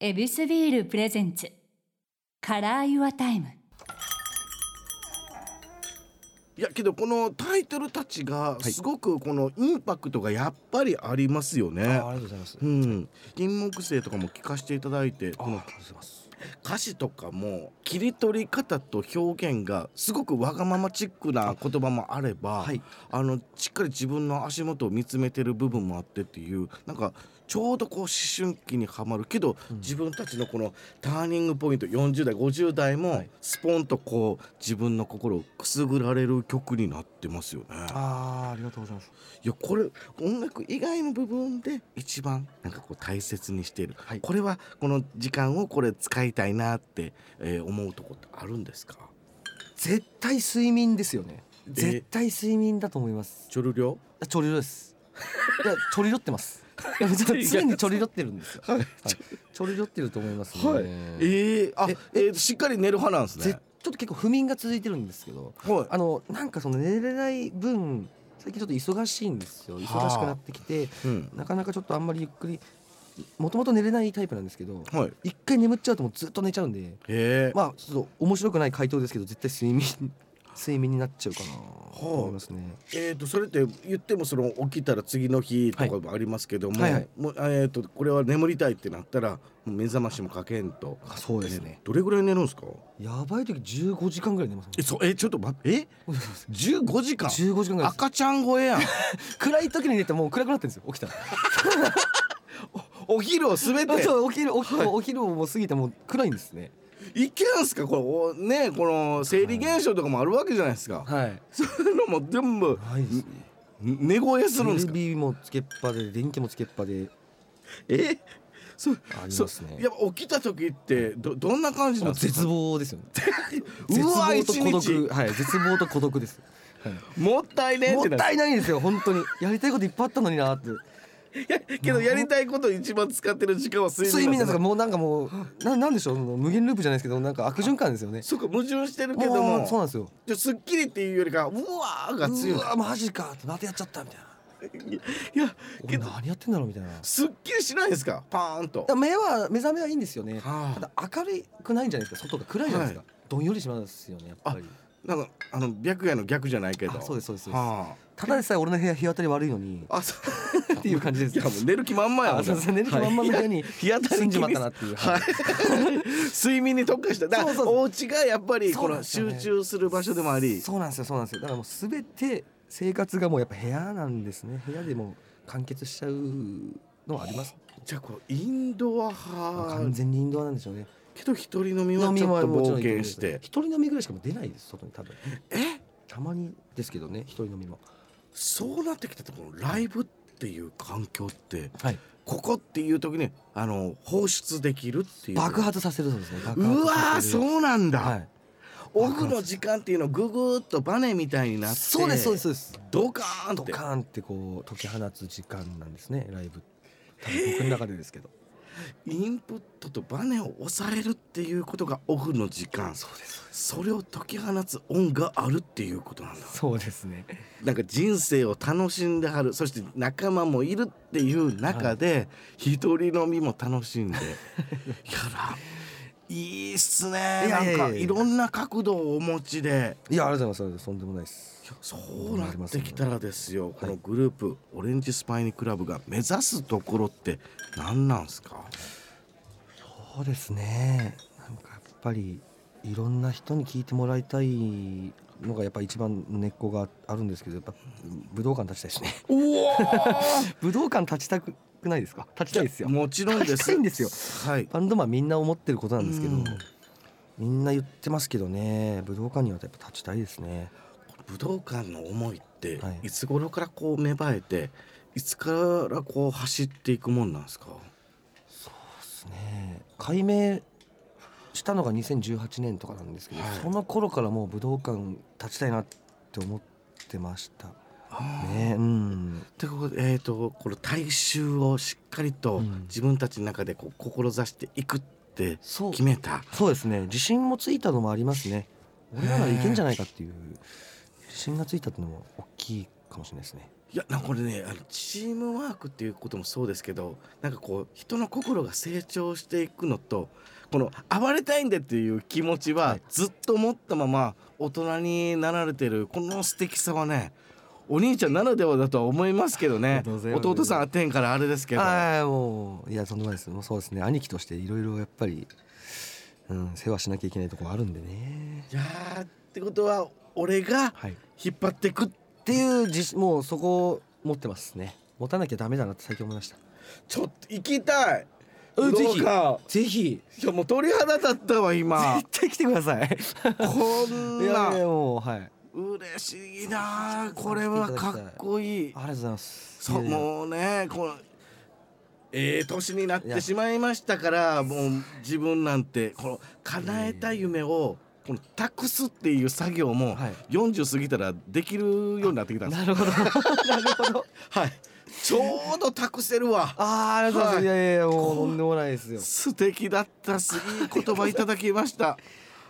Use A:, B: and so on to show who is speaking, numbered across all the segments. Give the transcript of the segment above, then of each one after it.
A: エビスビールプレゼンツカラーユアタイム
B: いやけどこのタイトルたちがすごくこのインパクトがやっぱりありますよね。
C: あーありがとうございます。
B: うん、金木星とかも聞かせていただいて
C: あ
B: こ
C: ーあり
B: の
C: がとうございます。
B: 歌詞とかも切り取り方と表現がすごくわがままチックな言葉もあれば、
C: はい
B: あのしっかり自分の足元を見つめてる部分もあってっていうなんかちょうどこう思春期にはまるけど、自分たちのこのターニングポイント40代50代もスポンとこう自分の心をくすぐられる曲になってますよね。
C: ああありがとうございます。
B: いやこれ音楽以外の部分で一番なんかこう大切にしている、
C: はい
B: これはこの時間をこれ使いたいなって、えー思うとこってあるんですか
C: 絶対睡眠ですよね。絶対睡眠だと思います。
B: チョルリョ
C: あちょりろです。いやちょりろって ます。いや常にちょりろってるんですよ。はい。ちょりろってると思いますね。
B: はいえ
C: え
B: ー、あ
C: え
B: えーしっかり寝る派なんです
C: ぜちょ
B: ね
C: っと結構不眠が続いてるんですけど、
B: はい
C: あのなんかその寝れない分最近ちょっと忙しいんですよ。忙しくなってきて、
B: うん
C: なかなかちょっとあんまりゆっくり。もともと寝れないタイプなんですけど、
B: はい
C: 一回眠っちゃうともうずっと寝ちゃうんで、
B: えー
C: まあちょっと面白くない回答ですけど絶対睡 眠睡眠になっちゃうかなと思いますね。
B: えー、とそれって言ってもその起きたら次の日とかもありますけども,、
C: はいはい
B: もうえー、とこれは眠りたいってなったらもう目覚ましもかけんと
C: あそうですね。
B: どれぐらい寝るんですか
C: やばい時15時間ぐらい寝ますもん。
B: えそえちょっと待ってえ15時間
C: 15時間ぐらいです。
B: 赤ちゃん超えやん
C: 暗い時に寝てもう暗くなってるんですよ。起きたら。
B: お昼をすべて
C: あ そうお昼お昼、お昼も過ぎてもう暗いんですね。
B: いけんすかこれおねこの生理現象とかもあるわけじゃないですか、
C: はい。
B: そういうのも全部
C: ないですね。
B: ん寝声するんです
C: テレ
B: か
C: ビもつけっぱで電気もつけっぱで
B: えそ
C: あり
B: そ
C: ますね
B: やっぱ起きた時ってどどんな感じなん
C: もう
B: ですか
C: 絶望ですよね。
B: うわ
C: 絶望と孤
B: 一
C: 独はい絶望と孤独です。
B: もったいねえ
C: も
B: っ
C: っ
B: な
C: てたいないんですよ本当にやりたいこといっぱいあったのになって。
B: るけどやりたいこと一番使ってる時間は睡眠
C: 睡眠なんです
B: か
C: かもうなんかもうななんでしょう無限ループじゃないですけどなんか悪循環ですよね
B: そこ矛盾してるけども
C: うそうなんですよ
B: じゃあすっきりっていうよりかうわーが強いう
C: わマジかまたやっちゃったみたいない
B: やけ
C: 俺
B: ど
C: 何やってんだろうみたいなだか
B: すっきりしないんですかパーンと
C: ら目は目覚めはいいんですよね
B: はあ
C: ただ明るくないんじゃないですか外が暗いじゃないですか、どんよりしますよねやっぱり
B: なんかあの白夜の逆じゃないけど
C: あそうですそうですそうです
B: は
C: ただでさえ俺の部屋日当たり悪いのに
B: ああそう
C: っていう感 じで
B: い
C: す
B: やもう寝る気満々やも
C: あ
B: ん
C: そうです寝る気満々の部屋に
B: いや日当たり
C: 住んじまったなってい う
B: はい睡眠に特化しただから
C: そうそう
B: お家がやっぱり
C: そ
B: こ
C: うなん
B: の
C: ですよね
B: 集中する場所でもあり
C: そうなんですよそうなんですよだからもう全て生活がもうやっぱ部屋なんですね部屋でもう完結しちゃうのはあります
B: じゃあこうインドア
C: 完
B: 派
C: 全にインドアなんでしょうね
B: けど一人飲みは
C: 飲
B: ち
C: み
B: ょっ
C: は
B: と
C: もちろ
B: 冒
C: ん
B: 険して
C: 一人飲みぐらいしかもう出ないです外に多分
B: え
C: たまにですけどね一人飲みも
B: そうなってきたとこのライブっていう環境って
C: はい
B: ここっていう時にあの放出できるっていう
C: 爆発させるそうですね爆
B: うわー
C: 発させる
B: そうなんだ、
C: はい
B: オフの時間っていうのをググーっとバネみたいになって
C: そうですそうですそうです
B: ドカーン
C: ド
B: って
C: カーンってこう解き放つ時間なんですねライブ多分僕の中でですけど
B: インプットとバネを押されるっていうことがオフの時間
C: そうです
B: それを解き放つ音があるっていうことなんだ
C: そうですね
B: なんか人生を楽しんではるそして仲間もいるっていう中で一人飲みも楽し んでいやらいいっすねな
C: いや
B: い
C: や
B: ん
C: いや
B: かいろんな角度をお持ちで
C: いやありがとうございますとんでもないです
B: そうなってきたらですよこのグループオレンジスパイニークラブが目指すところって何なんすか
C: そうですねなんかやっぱりいろんな人に聞いてもらいたいのがやっぱ一番根っこがあるんですけどやっぱ武道館立ちたいしね
B: おお
C: 武道館立ちたくないですか立ちたいですよ
B: もちろんです。
C: 立ちたいんですよ
B: はい。
C: バンドマンみんな思ってることなんですけど
B: うん
C: みんな言ってますけどね武道館にはやっぱ立ちたいですね
B: 武道館の思いって、
C: はい
B: い、つ頃からこう芽生えて、いつからこう走っていくもんなんですか。
C: そうですね改名したのが2018年とかなんですけど、
B: はい
C: その頃からもう武道館立ちたいなって思ってました
B: ね。
C: ねうん
B: ということで、えっ、とこの大衆をしっかりと
C: うん
B: 自分たちの中でこう志していくって
C: そう
B: 決めた。
C: そうですね自信もついたのもありますね俺ならいけんじゃないかっていう自信がついたっていうのも大きいかもしれないですね
B: いやなんかこれねあのチームワークっていうこともそうですけどなんかこう人の心が成長していくのとこの暴れたいんだっていう気持ちはずっと持ったまま大人になられてるこの素敵さはねお兄ちゃんならではだとは思いますけど
C: あり
B: ね
C: がとうございます
B: 弟さんあてんからあれですけど
C: ああもういやそんなことないですもうそうですね兄貴としていろいろやっぱり、うん、世話しなきゃいけないところあるんでね
B: いやーってことは俺が
C: はい
B: 引っ張ってく
C: っていう自信もうそこを持ってますね持たなきゃダメだなって最近思いました
B: ちょっと行きたい
C: うんぜひ
B: どうか
C: ぜひ
B: いやもう鳥肌立ったわ今
C: 絶対来てください
B: こ
C: い
B: ん
C: や
B: ない
C: やもうはいあり
B: 嬉しいなあこれはかっこいい
C: がとうございます
B: そう
C: いやいや
B: もうねこのええ年になってしまいましたからもう自分なんてこの叶えた夢をこの託すっていう作業も
C: はい
B: 40過ぎたらできるようになってきたんです
C: なるほどなるほど
B: はいちょうど託せるわ
C: ああありがとうござ
B: は
C: います、
B: い
C: い、やいやいやもうとんでもないですよ
B: 素敵だったすいい言葉いただきま した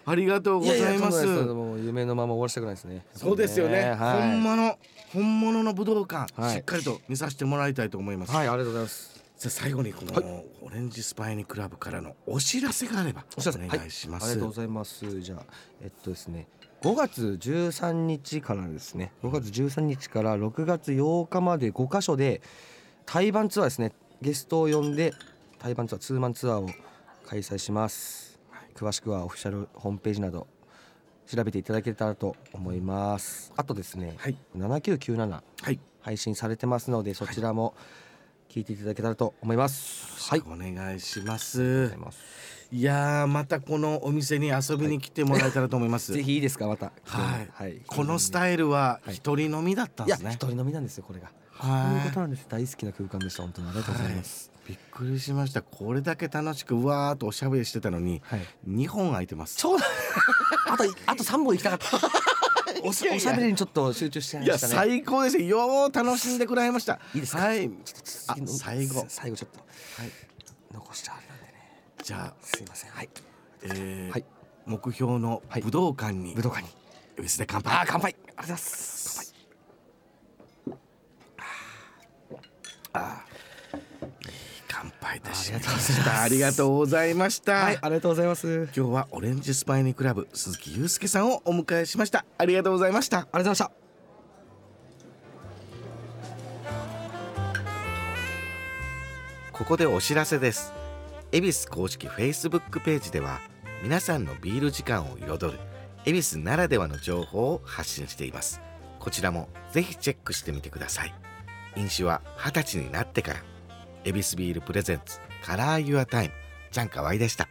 B: ありがとうございます
C: ややとんでもなですもう夢のまま終わらせたくないですね
B: そうですよね
C: はい、
B: 本物の本物の武道館、
C: はい
B: しっかりと見させてもらいたいと思います、
C: はいありがとうございます
B: さあ最後にこの、オレンジスパイニクラブからのお知らせがあればお願いしま
C: あり
B: す、
C: がとうございます。じゃあ、えっとですね、5月13日からですね、5月13日から6月8日まで5箇所で対バンツアーですね、ゲストを呼んで対バンツアー、ツーマンツアーを開催します。詳しくはオフィシャルホームページなど調べていただけたらと思います。あとですね、
B: はい
C: 7997
B: はい
C: 配信されてますので、そちらも聞いていただけたらと思います。はい。ありがと
B: お願いしま
C: う
B: す
C: ございます。
B: いやーまたこのお店に遊びに来てもらえたらと思います、
C: ぜひいいですかまた。
B: はい、
C: はい。
B: このスタイルは
C: はい
B: 一人飲みだったん
C: い
B: で
C: や、
B: す
C: 一
B: ね、
C: 人飲みなんですよ、これが。
B: はい
C: そ
B: う
C: いうことなんです。大好きな空間でした。本当にありがとうございます。
B: びっくりしましたこれだけ楽しくうわーっとおしゃべりしてたのに、
C: はい。
B: 二本空いてます
C: ちょうど。あと、あと三本行きたかった。 おし、おしゃべりにちょっと集中してま
B: いや
C: したね。
B: 最高ですよよう楽しんでくれました
C: いいですか
B: はい
C: ちょっと
B: あ
C: 次の
B: 最後
C: 最後ちょっと。はい。残しちゃあれなんでね。
B: じゃあ、
C: すいません。はい。
B: えー
C: はい
B: 目標の
C: はい
B: 武道館に
C: 武道館に。
B: ウエスで乾杯
C: あー、乾杯。ありがとうございます。
B: 乾杯でしま
C: ありがとうござい
B: し
C: ます
B: たありがとうございました、
C: 乾杯。はい、ありがとうございます。ありがとう
B: 今日はオレンジスパイニークラブ鈴木祐介さんをお迎えしましたありがとうございました
C: ございました。
B: ここでお知らせです恵比寿公式 Facebook ページでは皆さんのビール時間を彩る恵比寿ならではの情報を発信していますこちらもぜひチェックしてみてください飲酒は20歳になってから恵比寿ビールプレゼンツカラーユアタイムちゃんかわいでした